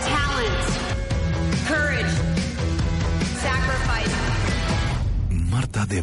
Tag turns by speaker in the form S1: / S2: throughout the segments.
S1: Talent, courage, sacrifice.
S2: Marta de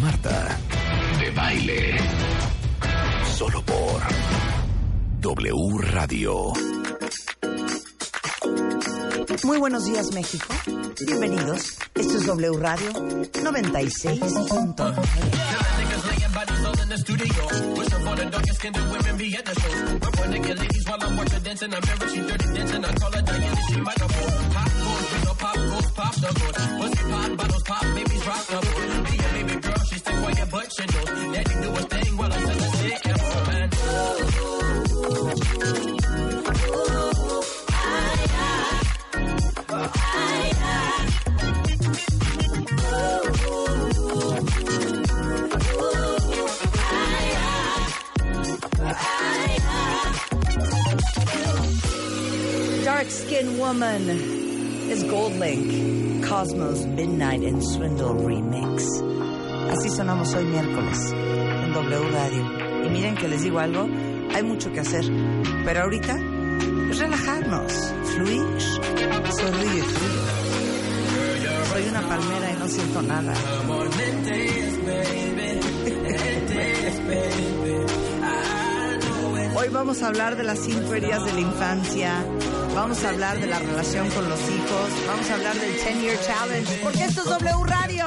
S2: Marta de Baile. Solo por W Radio.
S3: Muy buenos días, México. Bienvenidos. Esto es W Radio 96.9. Dark Skin Woman es Gold Link, Cosmos Midnight and Swindle Remix. Así sonamos hoy miércoles en W Radio. Y miren que les digo algo, hay mucho que hacer, pero ahorita pues, relajarnos, fluir, sonríe, fluir. Soy una palmera y no siento nada. Hoy vamos a hablar de las cinco heridas de la infancia, vamos a hablar de la relación con los hijos, vamos a hablar del 10 Year Challenge, porque esto es W Radio.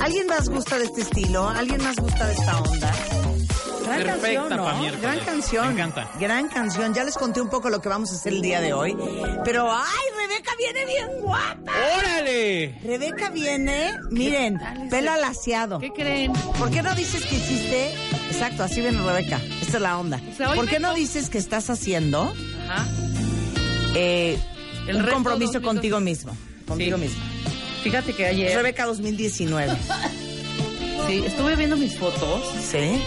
S3: ¿Alguien más gusta de este estilo? ¿Alguien más gusta de esta onda? Gran
S4: Perfecta
S3: canción,
S4: pa'
S3: ¿no?
S4: miércoles.
S3: Gran canción.
S4: Me encanta.
S3: Gran canción. Ya les conté un poco lo que vamos a hacer el día de hoy. Pero, ¡ay, Rebeca viene bien guapa!
S4: ¡Órale!
S3: Rebeca viene, miren, pelo alaciado.
S5: ¿Qué creen?
S3: ¿Por qué no dices que hiciste? Exacto, así viene Rebeca. Esta es la onda.
S5: O sea, hoy
S3: ¿Por qué
S5: vengo-
S3: no dices que estás haciendo
S5: Ajá.
S3: eh,
S5: El
S3: un
S5: reto
S3: compromiso
S5: 2012.
S3: contigo mismo? Contigo
S5: Sí.
S3: mismo.
S5: Fíjate que ayer
S3: Rebeca 2019.
S5: sí, estuve viendo mis fotos
S3: ¿Sí?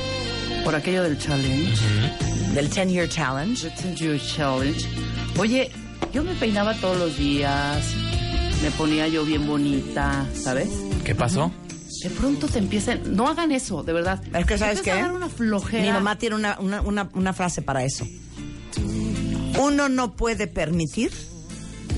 S5: por aquello del challenge,
S3: Del 10 Year Challenge.
S5: del 10 Year Challenge. Oye, yo me peinaba todos los días, me ponía yo bien bonita, ¿sabes?
S4: ¿Qué pasó?
S5: De pronto te empiezan, no hagan eso, de verdad.
S3: Es que,
S5: Te
S3: ¿sabes
S5: empieza
S3: qué?
S5: a dar una flojera.
S3: Mi mamá tiene una, una, una- una frase para eso. Uno no puede permitir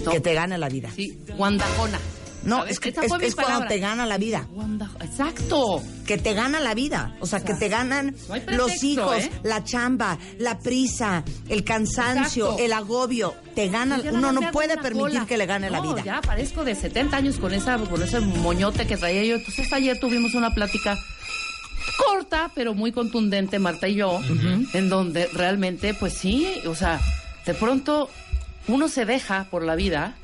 S5: No.
S3: que te gane la vida.
S5: Sí, guandajona.
S3: No,
S5: ¿Sabes?
S3: es, que,
S5: Esa
S3: es,
S5: fue mi
S3: es cuando
S5: palabra.
S3: te gana la vida.
S5: Guandajo- Exacto.
S3: que te gana la vida, o sea, que te ganan
S5: No hay pretexto,
S3: los hijos,
S5: ¿eh?
S3: la chamba, la prisa, el cansancio,
S5: Exacto.
S3: el agobio, te gana,
S5: Ya nada
S3: uno
S5: más me
S3: no
S5: hago
S3: puede
S5: una
S3: permitir
S5: cola.
S3: que le gane la
S5: No,
S3: vida.
S5: Ya parezco de 70 años con esa con ese moñote que traía yo. Entonces ayer tuvimos una plática corta, pero muy contundente Marta y yo, en donde realmente pues sí, o sea, de pronto uno se deja por la vida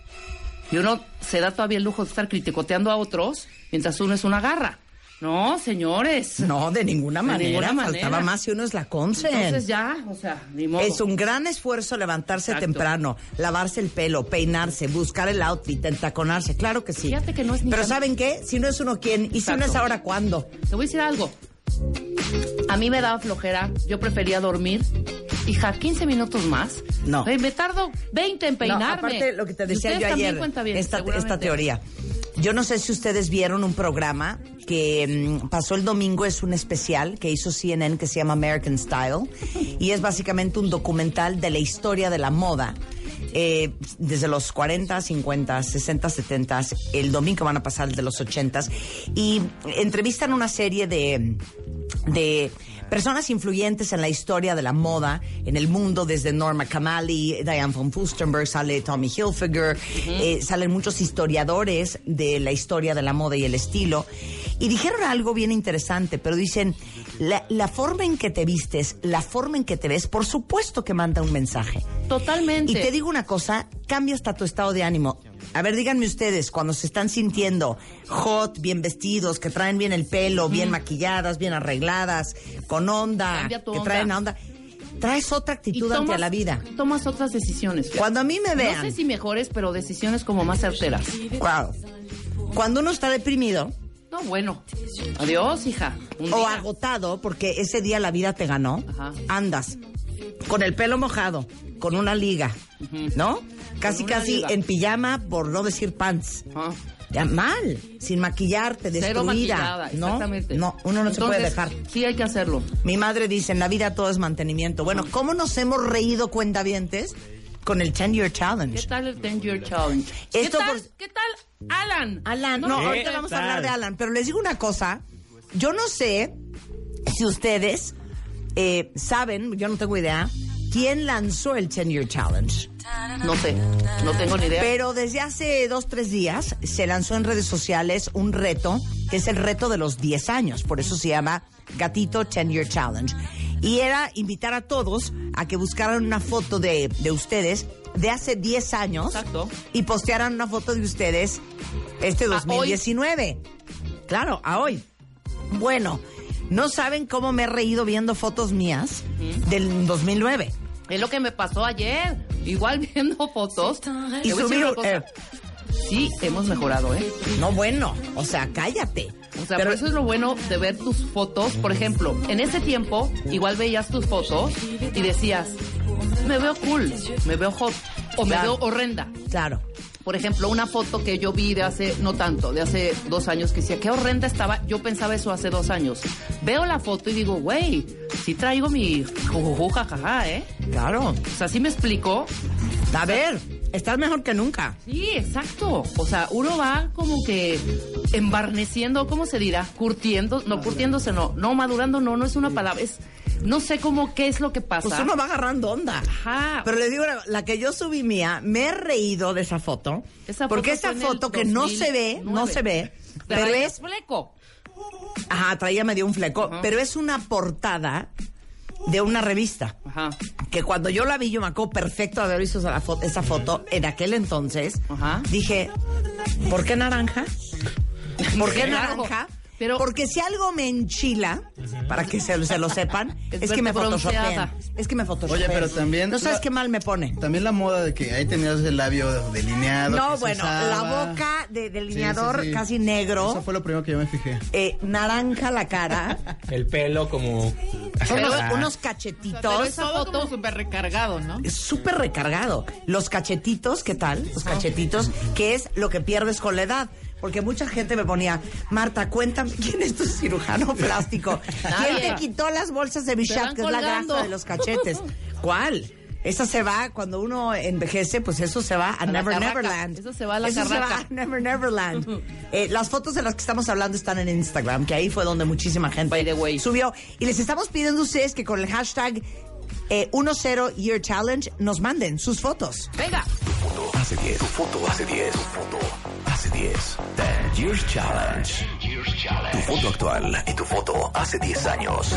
S5: y uno se da todavía el lujo de estar criticoteando a otros mientras uno es una garra. No, señores.
S3: No, de ninguna
S5: De
S3: manera.
S5: ninguna manera.
S3: Faltaba más si uno es la Consen.
S5: Entonces ya, o sea, ni modo.
S3: Es un gran esfuerzo levantarse
S5: Exacto.
S3: temprano, lavarse el pelo, peinarse, buscar el outfit, entaconarse. Claro que sí.
S5: Fíjate que no es ni
S3: Pero
S5: tan-
S3: ¿saben qué? Si no es uno, ¿quién? Y si no
S5: Exacto.
S3: es ahora, ¿cuándo?
S5: Te voy a decir algo. A mí me daba flojera. Yo prefería dormir. Hija, 15 minutos más.
S3: No.
S5: Ay, Me tardo 20 en peinarme.
S3: No, aparte, lo que te
S5: Y
S3: decía
S5: ustedes
S3: yo
S5: también
S3: ayer,
S5: cuenta bien,
S3: esta, esta
S5: seguramente.
S3: teoría. Yo no sé si ustedes vieron un programa que mm, pasó el domingo, es un especial que hizo CNN que se llama American Style y es básicamente un documental de la historia de la moda. eh, desde los 40, 50, 60, 70, el domingo van a pasar el de los 80 y entrevistan una serie de mm, de personas influyentes en la historia de la moda en el mundo, desde Norma Kamali, Diane von Furstenberg, sale Tommy Hilfiger, eh, salen muchos historiadores de la historia de la moda y el estilo. Y dijeron algo bien interesante, pero dicen, la, la forma en que te vistes, la forma en que te ves, por supuesto que manda un mensaje.
S5: Totalmente.
S3: Y te digo una cosa, cambia hasta tu estado de ánimo. A ver, díganme ustedes, cuando se están sintiendo hot, bien vestidos, que traen bien el pelo, bien maquilladas, bien arregladas, con onda,
S5: Cambia tu
S3: que traen
S5: onda.
S3: onda, traes otra
S5: Y
S3: actitud ante
S5: tomas-
S3: la vida.
S5: Tomas otras decisiones. fíjate.
S3: Cuando a mí me
S5: No
S3: vean,
S5: sé si mejores, pero decisiones como más certeras.
S3: wow, cuando uno está deprimido
S5: No, bueno. Adiós, hija. Un
S3: o
S5: día.
S3: agotado porque ese día la vida te ganó,
S5: Ajá.
S3: andas con el pelo mojado, con una liga, ¿no? Casi
S5: una
S3: casi
S5: liga.
S3: en pijama, por no decir pants.
S5: Ah.
S3: Ya mal, sin maquillarte,
S5: Cero
S3: destruida.
S5: maquillada,
S3: No,
S5: exactamente.
S3: no, uno no se puede
S5: Entonces,
S3: dejar.
S5: Sí, hay que hacerlo.
S3: Mi madre dice, en la vida todo es mantenimiento. Bueno, ¿cómo nos hemos reído cuentavientes con el 10 Year
S5: ¿Qué
S3: Challenge?
S5: tal el 10 Year Challenge?
S3: Esto
S5: ¿Qué, tal,
S3: por-
S5: ¿Qué tal Alan?
S3: Alan, no,
S5: No, no,
S3: ahorita
S5: ¿qué
S3: vamos a
S4: tal?
S3: hablar de Alan, pero les digo una cosa. Yo no sé si ustedes eh, saben, yo no tengo idea, quién lanzó el 10 Year Challenge.
S5: No sé, no tengo ni idea.
S3: Pero desde hace dos, tres días se lanzó en redes sociales un reto, que es el reto de los 10 años. Por eso se llama Gatito 10 Year Challenge. Y era invitar a todos a que buscaran una foto de, de ustedes de hace 10 años
S5: Exacto.
S3: y postearan una foto de ustedes este
S5: hoy.
S3: 2019. Claro, a hoy. Bueno, no saben cómo me he reído viendo fotos mías del 2009.
S5: Es lo que me pasó ayer. Igual viendo fotos.
S3: Y
S5: Te voy a decir
S3: subí,
S5: una cosa.
S3: eh,
S5: Sí, hemos mejorado, ¿eh?
S3: No, bueno, o sea, cállate.
S5: O sea,
S3: Pero-
S5: por eso es lo bueno de ver tus fotos. Por ejemplo, en ese tiempo, igual veías tus fotos y decías, me veo cool, me veo hot, o me
S3: Claro.
S5: veo horrenda.
S3: Claro.
S5: Por ejemplo, una foto que yo vi de hace, no tanto, de hace dos años, que decía, qué horrenda estaba. Yo pensaba eso hace dos años. Veo la foto y digo, güey, sí traigo mi jujuju, jajaja, ¿eh?
S3: Claro.
S5: O sea, sí me explico.
S3: A ver, estás mejor que nunca.
S5: Sí, exacto. O sea, uno va como que embarneciendo, ¿cómo se dirá? Curtiendo, no, curtiéndose no. No, madurando no, no es una palabra. Es, no sé cómo, qué es lo que pasa.
S3: Pues uno va agarrando onda.
S5: Ajá.
S3: Pero les digo, la, la que yo subí mía, me he reído de esa foto.
S5: Esa
S3: porque
S5: foto
S3: esa
S5: fue en el
S3: foto que no se ve, no
S5: 2009.
S3: se ve, pero
S5: Traía
S3: es...
S5: fleco.
S3: Ajá, traía medio un fleco,
S5: Ajá.
S3: pero es una portada de una revista.
S5: Ajá.
S3: que cuando yo la vi, yo me acuerdo perfecto de haber visto esa foto, esa foto en aquel entonces.
S5: Ajá.
S3: Dije, ¿por qué naranja? ¿Por qué
S5: Sí, claro.
S3: naranja?
S5: Pero-
S3: Porque si algo me enchila, para que se, se lo sepan,
S5: Es
S3: es, que me
S5: verte
S3: photoshopean.
S5: bronceada.
S3: Es que me photoshopean.
S4: Oye, pero también-
S3: No sabes qué mal me pone.
S4: También la moda de que ahí tenías el labio delineado. que
S3: No,
S4: se
S3: bueno,
S4: usaba.
S3: la boca de
S4: Sí, sí,
S3: delineador
S4: sí.
S3: casi negro,
S4: Eso fue lo primero que yo me fijé.
S3: eh, naranja la cara,
S6: El pelo como...
S3: unos,
S6: Ah.
S3: unos cachetitos.
S7: Pero esa foto súper recargado, ¿no?
S3: Es súper recargado. Los cachetitos, ¿qué tal? Los cachetitos, que es lo que pierdes con la edad. Porque mucha gente me ponía, Marta, cuéntame quién es tu cirujano plástico. ¿Quién
S5: Nadie.
S3: te quitó las bolsas de Bichat,
S5: van
S3: que es la
S5: colgando.
S3: grasa de los cachetes? ¿Cuál? Esa se va, cuando uno envejece, pues eso se va a,
S5: la
S3: Never
S5: carraca.
S3: Neverland.
S5: Eso se va a la
S3: Eso se
S5: carraca.
S3: va a Never Neverland. Eh, las fotos de las que estamos hablando están en Instagram, que ahí fue donde muchísima gente
S5: By the way.
S3: subió. Y les estamos pidiendo a ustedes que con el hashtag eh, 10 Year Challenge nos manden sus fotos.
S5: Venga.
S2: foto hace 10. Tu foto hace 10. Tu foto hace 10. The Years Challenge. Tu foto actual y tu foto hace 10 años.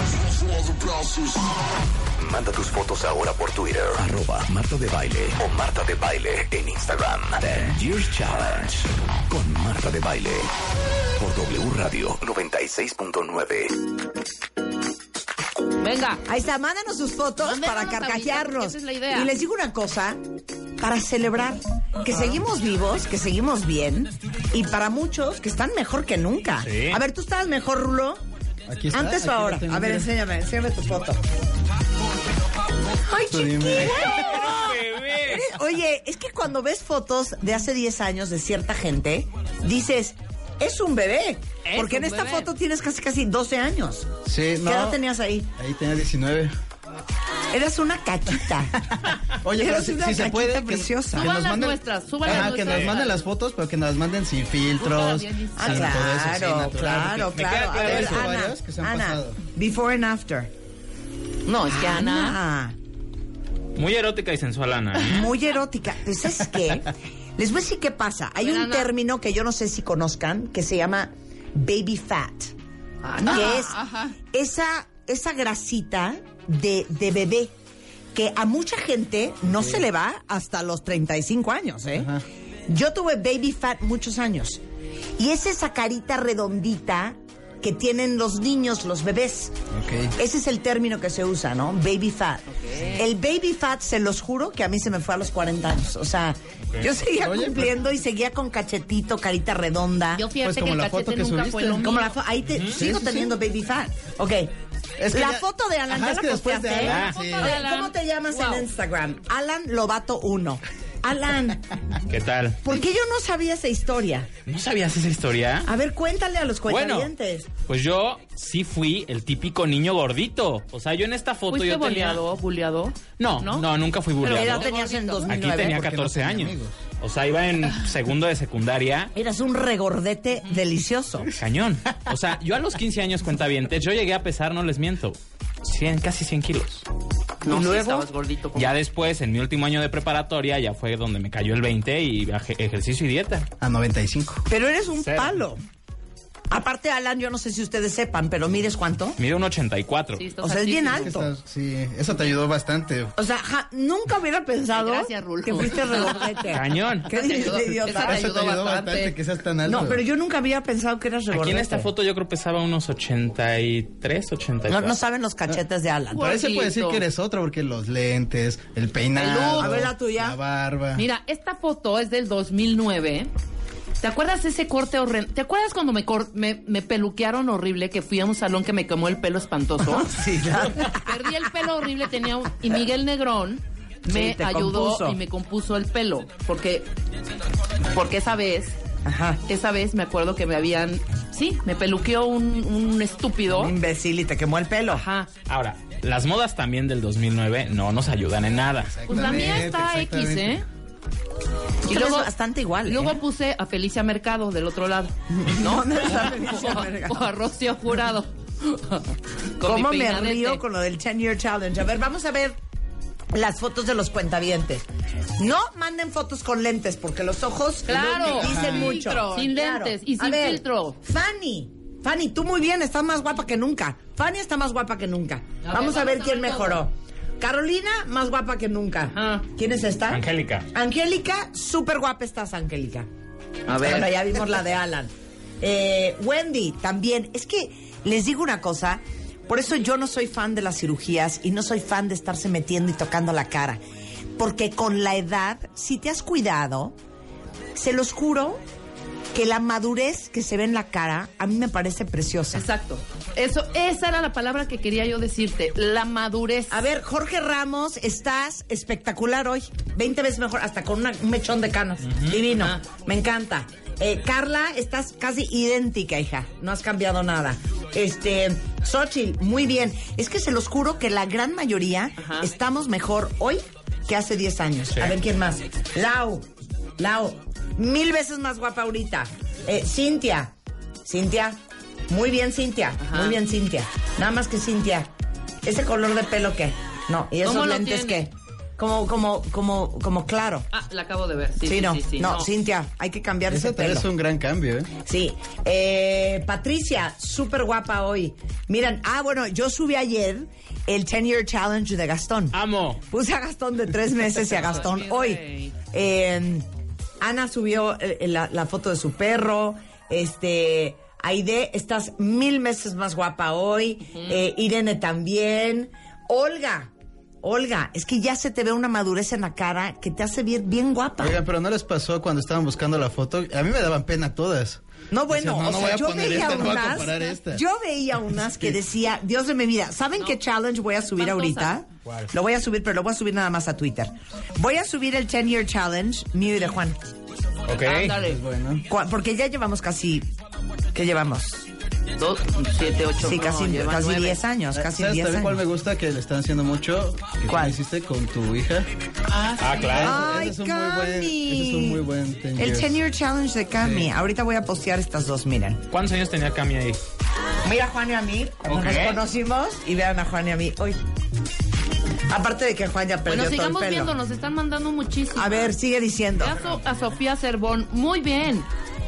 S2: Manda tus fotos ahora por Twitter. Arroba Marta de Baile o Marta de Baile en Instagram. The Years Challenge. Con Marta de Baile. Por W Radio 96.9.
S5: Venga.
S3: Ahí está, mándanos sus fotos
S5: Mándenos
S3: para
S5: ahorita,
S3: carcajearnos.
S5: porque esa es la idea.
S3: Y les digo una cosa, para celebrar
S4: Ah.
S3: que seguimos vivos, que seguimos bien, y para muchos que están mejor que nunca.
S8: Sí.
S3: A ver, ¿tú estabas mejor, Rulo?
S4: Aquí está,
S3: ¿Antes o
S4: aquí la
S3: ahora?
S4: tengo,
S3: A ver,
S4: mira.
S3: enséñame, enséñame tu foto. ¡Ay,
S4: Tú dime.
S3: chiquito! Eres- Oye, es que cuando ves fotos de hace 10 años de cierta gente, dices, es un bebé.
S5: Es
S3: porque en
S5: un
S3: esta
S5: bebé.
S3: foto tienes casi casi 12 años.
S4: Sí, no.
S3: ¿Qué edad tenías ahí?
S4: Ahí tenía 19.
S3: Eras una caquita.
S4: Oye, pero
S3: Eras
S4: si,
S3: una
S4: si se
S3: caquita
S4: puede. que-
S3: preciosa.
S4: que
S5: Suban
S4: nos
S5: las
S4: manden-
S5: nuestras, suban las
S4: Ajá, que nos
S5: nuestras.
S4: manden las fotos, pero que nos las manden sin filtros.
S5: bien lista.
S3: Ah,
S4: sin todo eso, sí,
S3: claro,
S4: natural,
S3: claro,
S4: porque me queda
S3: claro. A ver,
S4: claro que hay
S3: Ana,
S4: varios que se han
S3: Ana,
S4: pasado.
S3: before and after.
S5: No, es que Ana.
S3: Ana,
S6: Muy erótica y sensual, Ana. ¿eh?
S3: muy erótica. Pues, ¿Sabes qué? Les voy a decir qué pasa. Hay
S5: Pero,
S3: un
S5: Ana-
S3: término que yo no sé si conozcan que se llama baby fat, que es
S7: ajá.
S3: esa esa grasita de, de bebé que a mucha gente no se le va hasta los 35 años, ¿eh?
S4: Ajá.
S3: Yo tuve baby fat muchos años. Y es esa carita redondita que tienen los niños, los bebés.
S4: Ok.
S3: Ese es el término que se usa, ¿no? Baby fat. El baby fat, se los juro que a mí se me fue a los 40 años. O sea, yo seguía
S4: Oye,
S3: cumpliendo y seguía con cachetito, carita redonda.
S5: Yo fíjate
S4: Pues como
S5: que el
S4: la foto
S5: cachete
S4: que
S5: nunca fue
S4: subiste.
S5: lo mío.
S3: Como la fo- ahí te, sigo
S4: sí,
S3: teniendo baby fat. Ok.
S4: Es que
S3: la
S4: ya-
S3: foto de Alan,
S4: Ajá,
S3: ¿ya
S4: es
S3: la
S4: que después de
S3: posteaste?
S4: Alan,
S3: Ah,
S4: sí.
S3: foto de Alan. ¿Cómo te llamas
S5: Wow.
S3: en Instagram? Alan Lobato 1. Alan,
S6: ¿Qué tal?
S3: ¿por qué yo no sabía esa historia?
S6: ¿No sabías esa historia?
S3: A ver, cuéntale a los
S6: Bueno,
S3: cuentavientes.
S6: pues yo sí fui el típico niño gordito. O sea, yo en esta foto
S5: ¿Fuiste
S6: yo tenía...
S5: boleado, buleado?
S6: No, no, nunca fui
S3: ¿Qué edad
S6: buleado.
S3: tenías en
S6: Aquí
S3: 2009?
S6: tenía
S4: porque no
S6: 14
S4: tenía
S6: años.
S4: amigos.
S6: O sea, iba en segundo de secundaria.
S3: Eras un regordete delicioso.
S6: Cañón. O sea, yo a los 15 años, cuenta bien, yo llegué a pesar, no les miento, 100, casi 100 kilos.
S5: No,
S3: ¿Y
S5: sí
S3: luego?
S5: estabas gordito. como-
S6: Ya después, en mi último año de preparatoria, ya fue donde me cayó el 20 y bajé ejercicio y dieta.
S4: A 95.
S3: Pero eres un
S6: Cero.
S3: palo. Aparte, Alan, yo no sé si ustedes sepan, pero mires cuánto.
S6: Mide un 84.
S5: Sí, estás
S3: O sea, es bien
S5: altísimo.
S3: alto.
S4: Estás- sí, eso te ayudó bastante.
S3: O sea, ja- nunca hubiera pensado
S5: Gracias, Rulo.
S3: que fuiste regordete.
S6: Cañón.
S3: ¿Qué
S5: Esa te
S3: dices,
S5: ayudó, esa
S3: idiota?
S5: te
S4: Eso te ayudó bastante. que seas tan alto.
S3: No, pero yo nunca había pensado que eras regordete.
S6: Aquí en esta foto yo creo pesaba unos 83, 84.
S3: No, no saben los cachetes de Alan.
S4: Para eso puede decir
S5: Gordito.
S4: que eres otro, porque los lentes, el peinado,
S3: A ver, la tuya.
S4: la barba.
S5: Mira, esta foto es del 2009. ¿Te acuerdas ese corte horrendo? ¿Te acuerdas cuando me, cor- me, me peluquearon horrible que fui a un salón que me quemó el pelo espantoso?
S3: Sí, ya.
S5: Perdí el pelo horrible, tenía un... Y Miguel Negrón me
S3: Sí, te
S5: ayudó
S3: compuso.
S5: y me compuso el pelo. Porque, porque esa vez,
S3: Ajá.
S5: esa vez me acuerdo que me habían... Sí, me peluqueó un, un estúpido.
S3: Un imbécil y te quemó el pelo.
S5: Ajá.
S6: Ahora, las modas también del 2009 no nos ayudan en nada.
S5: Pues la mía está X,
S4: Exactamente,
S5: ¿eh?
S3: Y luego bastante igual. ¿eh?
S5: Luego puse a Felicia Mercado del otro lado. ¿No?
S3: ¿Dónde está Felicia Mercado?
S5: O a Rocío Jurado. Con mi
S3: ¿Cómo me
S5: peinadete.
S3: río con lo del 10 Year Challenge? A ver, vamos a ver las fotos de los cuentavientes. No manden fotos con lentes porque los ojos
S5: Claro.
S3: dicen
S5: Ajá.
S3: mucho.
S5: Filtro. Sin
S3: Claro.
S5: lentes y
S3: A
S5: sin
S3: ver,
S5: filtro.
S3: Fanny, Fanny, tú muy bien, estás más guapa que nunca. Fanny está más guapa que nunca.
S5: A
S3: vamos
S5: ver,
S3: a ver
S5: vamos a
S3: quién
S5: ver todo.
S3: mejoró. Carolina, más guapa que nunca.
S5: Ajá.
S3: ¿Quién es esta?
S6: Angélica.
S3: Angélica, súper guapa estás, Angélica.
S5: A ver.
S3: Ahora ya vimos la de Alan. Eh, Wendy, también. Es que les digo una cosa. Por eso yo no soy fan de las cirugías y no soy fan de estarse metiendo y tocando la cara. Porque con la edad, si te has cuidado, se los juro que la madurez que se ve en la cara a mí me parece preciosa.
S5: Exacto. Eso, esa era la palabra que quería yo decirte. La madurez.
S3: A ver, Jorge Ramos, estás espectacular hoy. 20 veces mejor, hasta con una- un mechón de canas. Divino. Me encanta. Eh, Carla, estás casi idéntica, hija. No has cambiado nada. Este, Xochitl, muy bien. Es que se los juro que la gran mayoría
S5: Ajá.
S3: estamos mejor hoy que hace 10 años. A ver quién más. Lau, Lau, mil veces más guapa ahorita. Eh, Cintia, Cintia, muy bien, Cintia.
S5: Ajá.
S3: Muy bien, Cintia. Nada más que Cintia. ¿Ese color de pelo qué? No, ¿y esos
S5: ¿Cómo lo
S3: lentes
S5: tiene?
S3: qué? Como, como, como, como claro.
S5: Ah, la acabo de ver. Sí,
S3: Sí,
S5: sí,
S3: no,
S5: sí, sí,
S3: no, Cintia, hay que cambiar
S4: Eso
S3: ese
S4: también
S3: pelo.
S4: es un gran cambio, ¿eh?
S3: Sí. Eh, Patricia, súper guapa hoy. Miren, ah, bueno, yo subí ayer el 10 Year Challenge de
S6: Ah,
S3: Gastón.
S6: Amo.
S3: Puse a Gastón de tres meses y a Gastón hoy. Em, Eh, Ana subió eh, la, la foto de su perro. Este. Aide, estás mil meses más guapa hoy. Eh, Irene también. Olga, Olga, es que ya se te ve una madurez en la cara que te hace bien, bien
S5: Ah.
S3: guapa.
S4: Oigan, pero ¿no les pasó cuando estaban buscando la foto? A mí me daban pena todas.
S3: No, bueno,
S4: Decían, no, no
S3: o
S4: voy
S3: sea,
S4: a
S3: yo
S4: poner
S3: veía
S4: esta, no voy a
S3: unas.
S4: comparar este". esta.
S3: yo veía unas que decía, Dios de mi vida, ¿saben qué challenge voy a subir ahorita? Lo voy a subir, pero lo voy a subir nada más a Twitter. Voy a subir el 10 year challenge mío y de Juan.
S6: Ok.
S3: Cu- Porque ya llevamos casi. ¿Qué llevamos?
S5: Dos, siete, ocho.
S3: Sí,
S5: no,
S3: casi,
S5: llevan
S3: casi
S5: nueve.
S3: 10 años, Pues casi
S4: Eh, ¿Sabes
S3: 10
S4: también cuál
S3: años.
S4: me gusta que le están haciendo mucho? Que tú hiciste con tu hija?
S6: Ah, claro.
S3: Ay,
S4: ese es un muy buen- ese es un muy
S3: Cami.
S4: buen 10
S3: El
S4: years.
S3: 10 year challenge de Cami. Ahorita voy a postear estas dos, miren.
S6: ¿Cuántos años tenía Cami ahí?
S3: Mira a Juan y a mí, cuando
S6: Ok.
S3: nos conocimos, y vean a Juan y a mí hoy. Aparte de que Juan ya perdió
S5: Bueno,
S3: todo el
S5: sigamos
S3: pelo.
S5: viendo, nos están mandando muchísimo.
S3: A ver, sigue diciendo.
S5: Ya so- a Sofía Cervón, muy bien.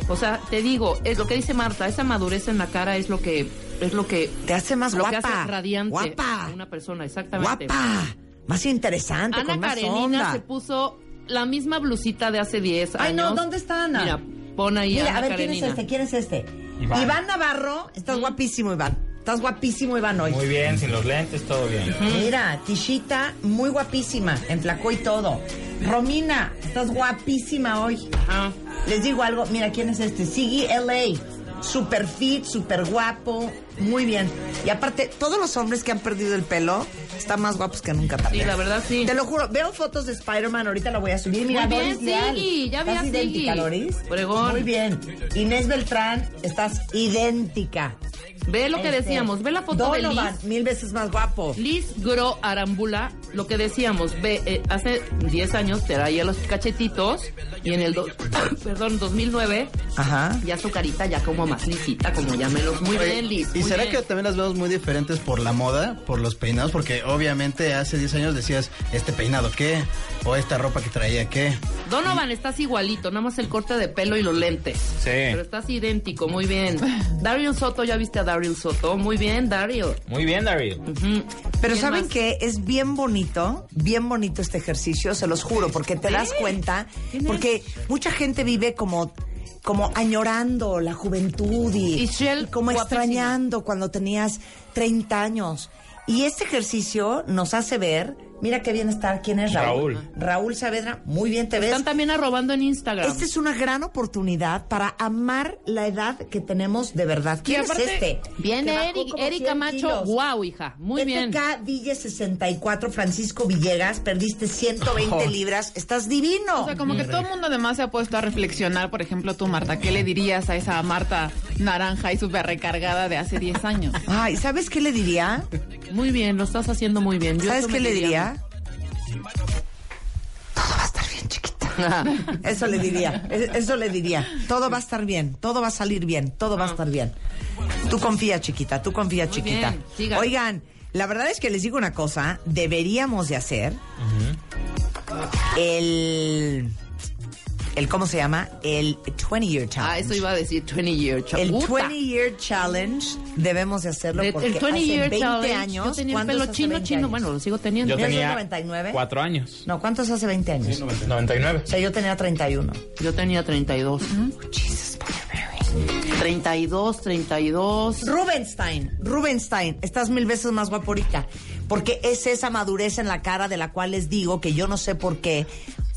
S5: O sea, te digo, es lo que dice Marta, esa madurez en la cara es lo que es lo que
S3: Te hace más
S5: lo que
S3: guapa.
S5: hace radiante
S3: Guapa.
S5: a una persona, exactamente.
S3: Guapa. Más interesante,
S5: Ana
S3: con más
S5: Karenina
S3: onda.
S5: se puso la misma blusita de hace 10 años.
S3: Ay, no, ¿dónde está Ana?
S5: Mira, pon ahí
S3: Mira,
S5: Ana
S3: a ver, ¿quién es
S5: Karenina.
S3: este? ¿Quién es este? Iván,
S6: Iván.
S3: Navarro. Estás guapísimo, Iván. Estás guapísimo, Iván, hoy.
S6: Muy bien, sin los lentes, todo bien.
S3: Mira, Tishita, muy guapísima. Enflacó y todo. Romina, estás guapísima hoy.
S5: Ah,
S3: Les digo algo, mira quién es este, Siggy LA. Super fit, super guapo, muy bien. Y aparte, todos los hombres que han perdido el pelo están más guapos que nunca
S5: sí,
S3: también.
S5: la verdad sí.
S3: Te lo juro, veo fotos de Spider-Man, ahorita la voy a subir. Mira,
S5: Muy
S3: Doris
S5: bien,
S3: Leal,
S5: Siggy, ya vi
S3: estás
S5: a Siggy.
S3: idéntica, Doris.
S5: Obregón.
S3: Muy bien. Inés Beltrán, estás idéntica.
S5: Ve lo que
S3: Este,
S5: decíamos, ve la foto de
S3: Donovan,
S5: Liz.
S3: mil veces más guapo.
S5: Liz Gro Arambula, lo que decíamos, ve, eh, hace 10 años te traía los cachetitos y en el do- perdón, 2009
S3: Ajá.
S5: ya su carita ya como más lisita, como ya menos muy
S4: Oye,
S5: bien, Liz.
S4: ¿Y
S5: muy
S4: será
S5: bien.
S4: que también las vemos muy diferentes por la moda, por los peinados? Porque obviamente hace 10 años decías, ¿este peinado qué? ¿O esta ropa que traía qué?
S5: Donovan estás igualito, nada más el corte de pelo y los lentes.
S6: Sí.
S3: Eh.
S5: Pero estás idéntico, muy bien. Dario Soto, ya viste a Dario Soto, muy bien, Dario.
S6: Muy bien, David.
S5: Ujú.
S3: Pero
S5: ¿Quién
S3: ¿saben
S5: más?
S3: qué? Es bien bonito, bien bonito este ejercicio, se los juro, porque te das cuenta,
S5: ¿Quién es?
S3: porque mucha gente vive como como añorando la juventud y,
S5: Y Shell,
S3: y como
S5: guapísima.
S3: extrañando cuando tenías 30 años. Y este ejercicio nos hace ver, mira qué bien está, ¿quién es Raúl?
S6: Raúl.
S3: Raúl Saavedra, muy bien te ves.
S5: Están también arrobando en Instagram.
S3: Esta este es una gran oportunidad para amar la edad que tenemos de verdad.
S5: Y
S3: ¿Quién es
S5: aparte,
S3: este?
S5: Bien,
S3: Que bajó
S5: Eric,
S3: como
S5: Erika
S3: 100
S5: Macho,
S3: kilos. Este
S5: wow, hija, muy bien.
S3: FK Ville 64, Francisco Villegas, perdiste 120
S4: Oh.
S3: libras, estás divino.
S9: O sea, como que todo el mundo además se ha puesto a reflexionar, por ejemplo, tú, Marta, ¿qué le dirías a esa Marta naranja y súper recargada de hace 10 años?
S3: Ay, ¿sabes qué le diría?
S5: Muy bien, lo estás haciendo muy bien. Yo
S3: ¿Sabes
S5: eso
S3: qué
S5: me
S3: le diría? Todo va a estar bien, chiquita. Eso le diría, e- eso le diría. Todo va a estar bien, todo va a salir bien, todo
S5: Ah.
S3: va a estar bien. Tú confía, chiquita, tú confía, chiquita.
S5: bien, sigan.
S3: Oigan, la verdad es que les digo una cosa, deberíamos de hacer el el cómo se llama? El 20 year challenge.
S5: Ah, eso iba a decir 20 year challenge.
S3: El
S5: Uta.
S3: 20 Year Challenge debemos de hacerlo
S5: De-
S3: porque
S5: el 20
S3: hace
S5: year
S3: 20
S5: challenge.
S3: años.
S5: yo tenía el
S3: ¿cuántos
S5: pelo
S3: hace
S5: chino,
S3: 20
S5: chino.
S3: años?
S5: Bueno, lo sigo teniendo.
S6: Yo
S3: ¿Eres del
S6: tenía
S3: 99?
S6: cuatro años.
S3: No, ¿cuántos hace 20 años?
S6: 99.
S3: O sea, yo tenía 31.
S5: Yo tenía 32. 32, 32.
S3: Rubenstein, Rubenstein, estás mil veces más guaporita. Porque es esa madurez en la cara de la cual les digo que yo no sé por qué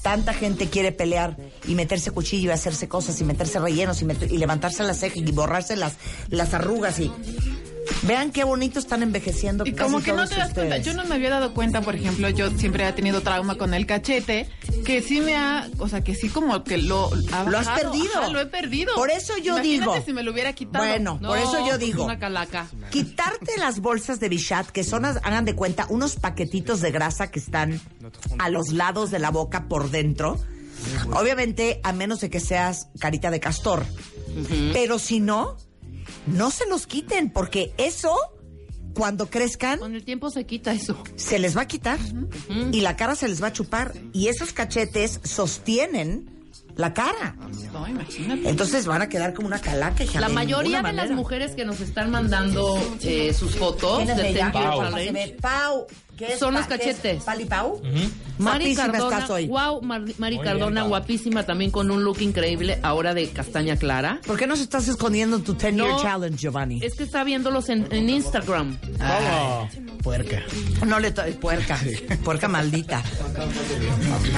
S3: tanta gente quiere pelear y meterse cuchillo y hacerse cosas y meterse rellenos y, meter- y levantarse las cejas y borrarse las, las arrugas y... Vean qué bonito están envejeciendo.
S9: Y
S3: casi
S9: como que no
S3: todos
S9: te das cuenta,
S3: pues, ustedes.
S9: yo no me había dado cuenta, por ejemplo, yo siempre he tenido trauma con el cachete, que sí me ha, o sea, que sí como que lo ha
S3: Lo has
S9: bajado.
S3: perdido.
S9: Ajá, lo he perdido.
S3: Por eso yo
S9: Imagínate
S3: digo.
S9: si me lo hubiera quitado.
S3: Bueno,
S5: No,
S3: por eso yo
S5: pues
S3: digo.
S5: Una calaca.
S3: Quitarte las bolsas de Bichat, que son, hagan de cuenta, unos paquetitos de grasa que están a los lados de la boca por dentro. Obviamente, a menos de que seas carita de castor. Pero si no, no se los quiten, porque eso, cuando crezcan,
S5: Con el tiempo se quita eso.
S3: se les va a quitar y la cara se les va a chupar. Y esos cachetes sostienen la cara.
S9: No, imagínate.
S3: Entonces van a quedar como una calaca, hija,
S5: La
S3: de
S5: mayoría
S3: ninguna
S5: de las
S3: manera.
S5: mujeres que nos están mandando eh, sus fotos
S3: ¿Quién es
S5: de
S3: ella?
S5: Thank You
S3: Pau.
S5: Challenge.
S3: Pau, ¿Qué es
S5: son
S3: pa-
S5: los
S3: qué es
S5: cachetes.
S3: ¿Pali Pau?
S5: Mari
S3: Guapísima
S5: Cardona,
S3: estás hoy.
S5: wow, Mar- Mari
S3: Oye,
S5: Cardona,
S3: guapa.
S5: guapísima también con un look increíble, ahora de castaña clara.
S3: ¿Por qué nos estás escondiendo tu 10 year
S5: No.
S3: challenge, Giovanni?
S5: Es que está viéndolos en, en Instagram. Ah.
S3: Ay,
S4: puerca.
S3: No le to- puerca. Puerca maldita.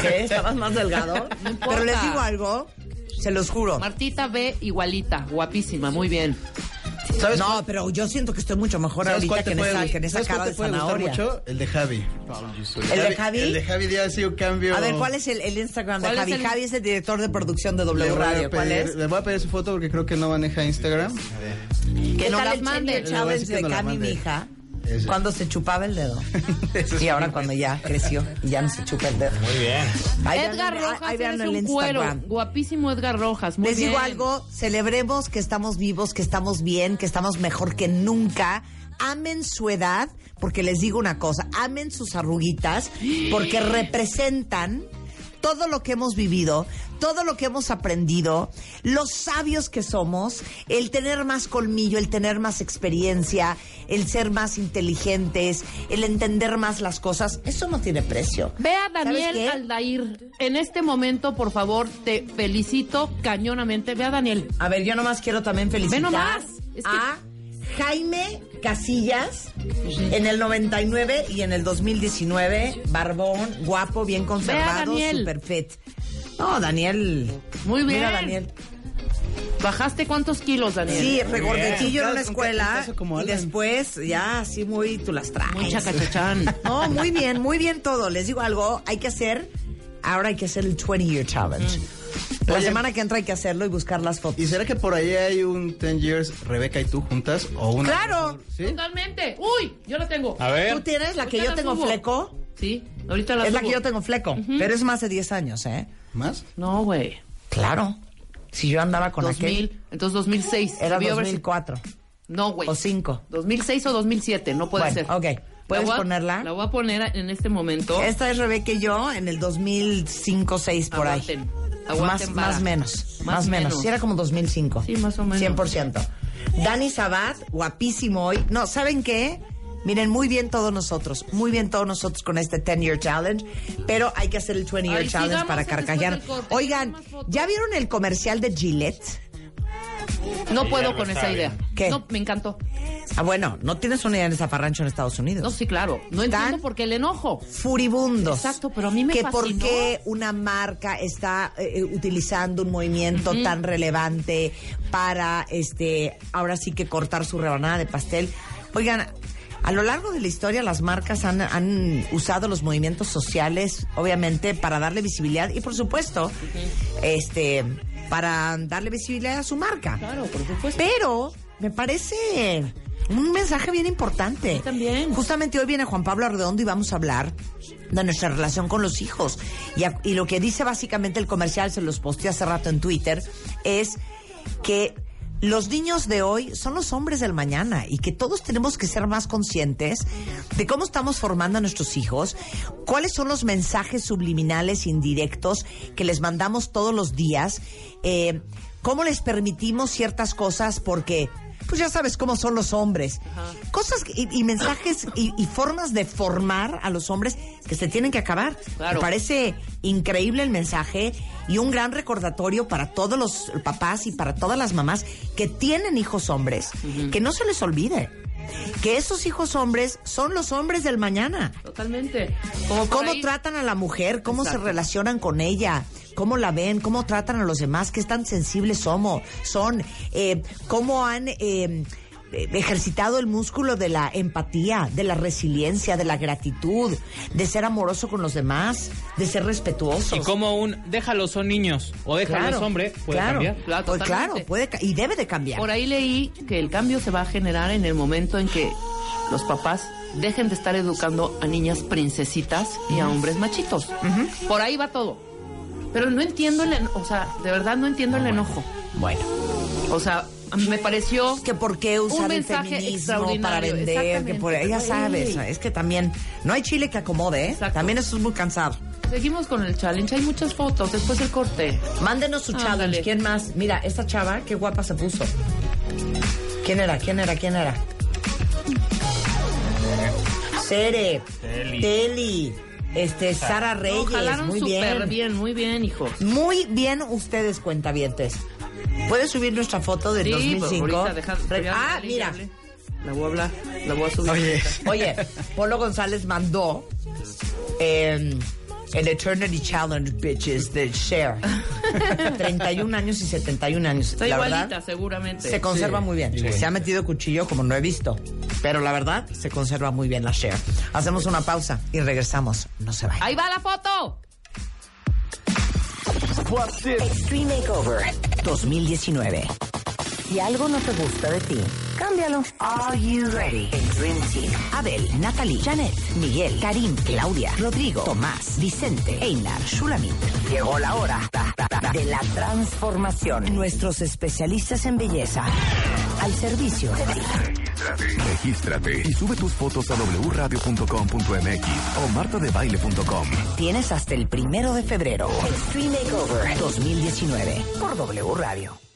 S3: ¿Qué? ¿Estabas más delgado? Pero les digo algo, se los juro.
S5: Martita ve igualita, guapísima, muy bien.
S3: no, pero yo siento que estoy mucho mejor
S4: ¿Sabes
S3: ahorita
S4: cuál
S3: que
S4: te
S3: en,
S4: puede,
S3: esa, que en esa
S4: ¿sabes cuál
S3: cara
S4: te
S3: de
S4: puede gustar
S3: zanahoria.
S4: mucho? El de Javi.
S3: ¿El de Javi?
S4: El de Javi ya ha sido un cambio.
S3: A ver, ¿cuál es el, el Instagram de
S4: ¿Cuál es
S3: Javi?
S4: el-
S3: Javi es el director de producción de
S4: Le
S3: W
S4: voy a
S3: Radio. ¿Cuál
S4: pedir-
S3: es?
S4: Le voy a pedir su foto porque creo que no maneja Instagram.
S3: ¿Qué
S5: no
S3: tal
S5: las
S3: el mande.
S5: mande.
S4: Le voy a
S3: Chávez
S4: decir
S3: de
S4: que no la
S3: Cami, mi
S4: mande.
S3: hija?
S4: Ese.
S3: Cuando se chupaba el dedo. y ahora cuando ya creció y ya no se chupa el dedo. Muy
S6: bien.
S5: Edgar Rojas,
S3: vean
S5: eres
S3: el
S5: un cuero.
S3: Instagram.
S5: Guapísimo Edgar Rojas, muy
S3: Les digo
S5: bien.
S3: algo, celebremos que estamos vivos, que estamos bien, que estamos mejor que nunca. Amen su edad, porque les digo una cosa, amen sus arruguitas, porque representan todo lo que hemos vivido, todo lo que hemos aprendido, los sabios que somos, el tener más colmillo, el tener más experiencia, el ser más inteligentes, el entender más las cosas, eso no tiene precio.
S5: Ve a
S3: ¿Sabes
S5: Daniel
S3: qué?
S5: Aldair. En este momento, por favor, te felicito cañonamente. Ve a Daniel.
S3: A ver, yo nomás quiero también felicitar
S5: Ve nomás. Es que-
S3: a Jaime Casillas
S5: Pues
S3: en el 99 y en el 2019. Barbón, guapo, bien conservado,
S5: Daniel.
S3: super fit. No, Daniel.
S5: Muy bien.
S3: Mira, Daniel.
S5: ¿Bajaste cuántos kilos, Daniel?
S3: Sí, regordetillo en
S4: Un
S3: la
S4: caso- un
S3: escuela.
S4: caso como
S3: y
S4: Alan.
S3: después, ya, así muy, tú las traes.
S5: Muy chacachachán.
S3: No, muy bien, muy bien todo. Les digo algo, hay que hacer, ahora hay que hacer el 20 Year Challenge. La
S4: Oye.
S3: semana que entra hay que hacerlo y buscar las fotos.
S4: ¿Y será que por ahí hay un 10 years Rebeca y tú juntas? O una,
S3: ¡Claro!
S4: ¿Sí?
S5: Totalmente. Uy, yo la tengo.
S6: A
S3: ¿Tú
S6: ver.
S3: tienes la que yo
S5: Ahorita la
S3: tengo
S5: subo.
S3: fleco?
S5: Sí, ahorita la
S3: es la
S5: subo.
S3: que yo tengo fleco, pero es más de 10 años, ¿eh?
S4: ¿Más?
S5: No, güey.
S3: Claro. Si yo andaba con
S5: 2000.
S3: aquel,
S5: Entonces 2006.
S3: era
S5: Debió haber sido-
S3: 2004
S5: No, güey.
S3: o 5.
S5: 2006 o 2007, no puede
S3: Bueno,
S5: ser.
S3: ok. ¿Puedes
S5: La voy a-
S3: ponerla?
S5: La voy a poner en este momento.
S3: Esta es Rebeca y yo en el 2005, 6 por
S5: Aguanten.
S3: ahí.
S5: Aguanten
S3: Más,
S5: vara.
S3: más menos,
S5: Más
S3: más menos.
S5: menos.
S3: Sí, era como 2005.
S5: Sí, más o menos.
S3: 100%. Dani Sabat, guapísimo hoy. No, ¿saben qué? Miren, muy bien todos nosotros, muy bien todos nosotros con este 10 Year Challenge, pero hay que hacer el 20 Year
S5: Ay,
S3: Challenge
S5: sigamos
S3: para
S5: después
S3: carcajear.
S5: del corte,
S3: Oigan,
S5: sigamos fotos.
S3: ¿ya vieron el comercial de Gillette?
S5: No
S6: Sí, ya
S5: puedo
S6: lo
S5: con esa
S6: saben.
S5: idea.
S3: ¿Qué?
S5: No, me encantó.
S3: Ah, bueno, no tienes una idea en esa parrancho en Estados Unidos.
S5: No, sí, claro. No
S3: Están-
S5: entiendo por qué el enojo.
S3: furibundos.
S5: Exacto, pero a mí me
S3: Que
S5: fascinó.
S3: por qué una marca está eh, eh, utilizando un movimiento tan relevante para, este, ahora sí que cortar su rebanada de pastel. Oigan, a lo largo de la historia las marcas han, han usado los movimientos sociales, obviamente, para darle visibilidad y, por supuesto, este, para darle visibilidad a su marca.
S5: Claro, por supuesto.
S3: Pero me parece un mensaje bien importante.
S5: también.
S3: Justamente hoy viene Juan Pablo Arredondo y vamos a hablar de nuestra relación con los hijos. Y, a- y lo que dice básicamente el comercial, se los posté hace rato en Twitter, es que los niños de hoy son los hombres del mañana y que todos tenemos que ser más conscientes de cómo estamos formando a nuestros hijos, cuáles son los mensajes subliminales indirectos que les mandamos todos los días, eh, cómo les permitimos ciertas cosas porque pues ya sabes cómo son los hombres. Cosas que- y, y mensajes y, y formas de formar a los hombres que se tienen que acabar.
S5: Claro.
S3: Me parece increíble el mensaje y un gran recordatorio para todos los papás y para todas las mamás que tienen hijos hombres, que no se les olvide que esos hijos hombres son los hombres del mañana.
S5: Totalmente. Como por
S3: ¿Cómo
S5: ahí-
S3: tratan a la mujer? ¿Cómo se
S5: Exacto.
S3: relacionan con ella? ¿Cómo la ven? ¿Cómo tratan a los demás? ¿Qué tan sensibles somos? son? Eh, ¿Cómo han eh, ejercitado el músculo de la empatía, de la resiliencia, de la gratitud, de ser amoroso con los demás, de ser respetuoso?
S6: Y como un déjalos son niños o déjalos
S3: Claro,
S6: hombre, puede
S3: claro,
S6: cambiar.
S5: Claro,
S3: Pues
S5: totalmente.
S3: claro, puede ca- y debe de cambiar.
S5: Por ahí leí que el cambio se va a generar en el momento en que los papás dejen de estar educando a niñas princesitas y a hombres machitos. Por ahí va todo. Pero no entiendo el, en- o sea, de verdad no entiendo el enojo.
S3: Ah, Bueno,
S5: O sea, me pareció
S3: que por qué
S5: Un
S3: usar el
S5: mensaje
S3: feminismo
S5: extraordinario,
S3: para vender, que por ya
S5: exactamente.
S3: sabes,
S5: Güey.
S3: es que también no hay chile que acomode, ¿eh?
S5: Exacto.
S3: también eso es muy cansado.
S5: Seguimos con el challenge, hay muchas fotos, después el corte.
S3: Mándenos su challenge.
S5: Ándale.
S3: ¿Quién más? Mira, esta chava, qué guapa se puso. ¿Quién era? ¿Quién era? ¿Quién era? Cere,
S5: Teli.
S3: Teli, este, Sara
S5: No,
S3: Reyes,
S5: jalaron
S3: muy
S5: súper
S3: bien.
S5: bien, muy bien, hijo.
S3: Muy bien ustedes, cuentavientes. ¿Pueden subir nuestra foto del
S5: Sí, pues,
S3: 2005?
S5: ahorita deja-
S3: Re-
S5: ya
S3: ah,
S5: hablé, ya
S3: mira.
S5: hablé. La voy a hablar, la voy a subir.
S3: Oye, oye Polo González mandó eh, el Eternity Challenge, bitches, del Share. 31 años y 71 años.
S5: Está
S3: la
S5: igualita,
S3: verdad,
S5: seguramente.
S3: se conserva
S5: Sí.
S3: muy bien. Se ha metido cuchillo como no he visto. Pero la verdad, se conserva muy bien la Share. Hacemos una pausa y regresamos. No se vayan.
S5: Ahí va la foto.
S3: Extreme Makeover 2019. Si algo no te gusta de ti, cámbialo. Are you ready? El Dream Team. Abel, Natalie, Janet, Miguel, Karim, Claudia, Rodrigo, Tomás, Vicente, Einar, Shulamit. Llegó la hora de la transformación. Nuestros especialistas en belleza al servicio de ti.
S10: Regístrate y sube tus fotos a wradio.com.mx o martadebaile.com.
S3: Tienes hasta el primero de febrero. Extreme Makeover 2019 por W Radio.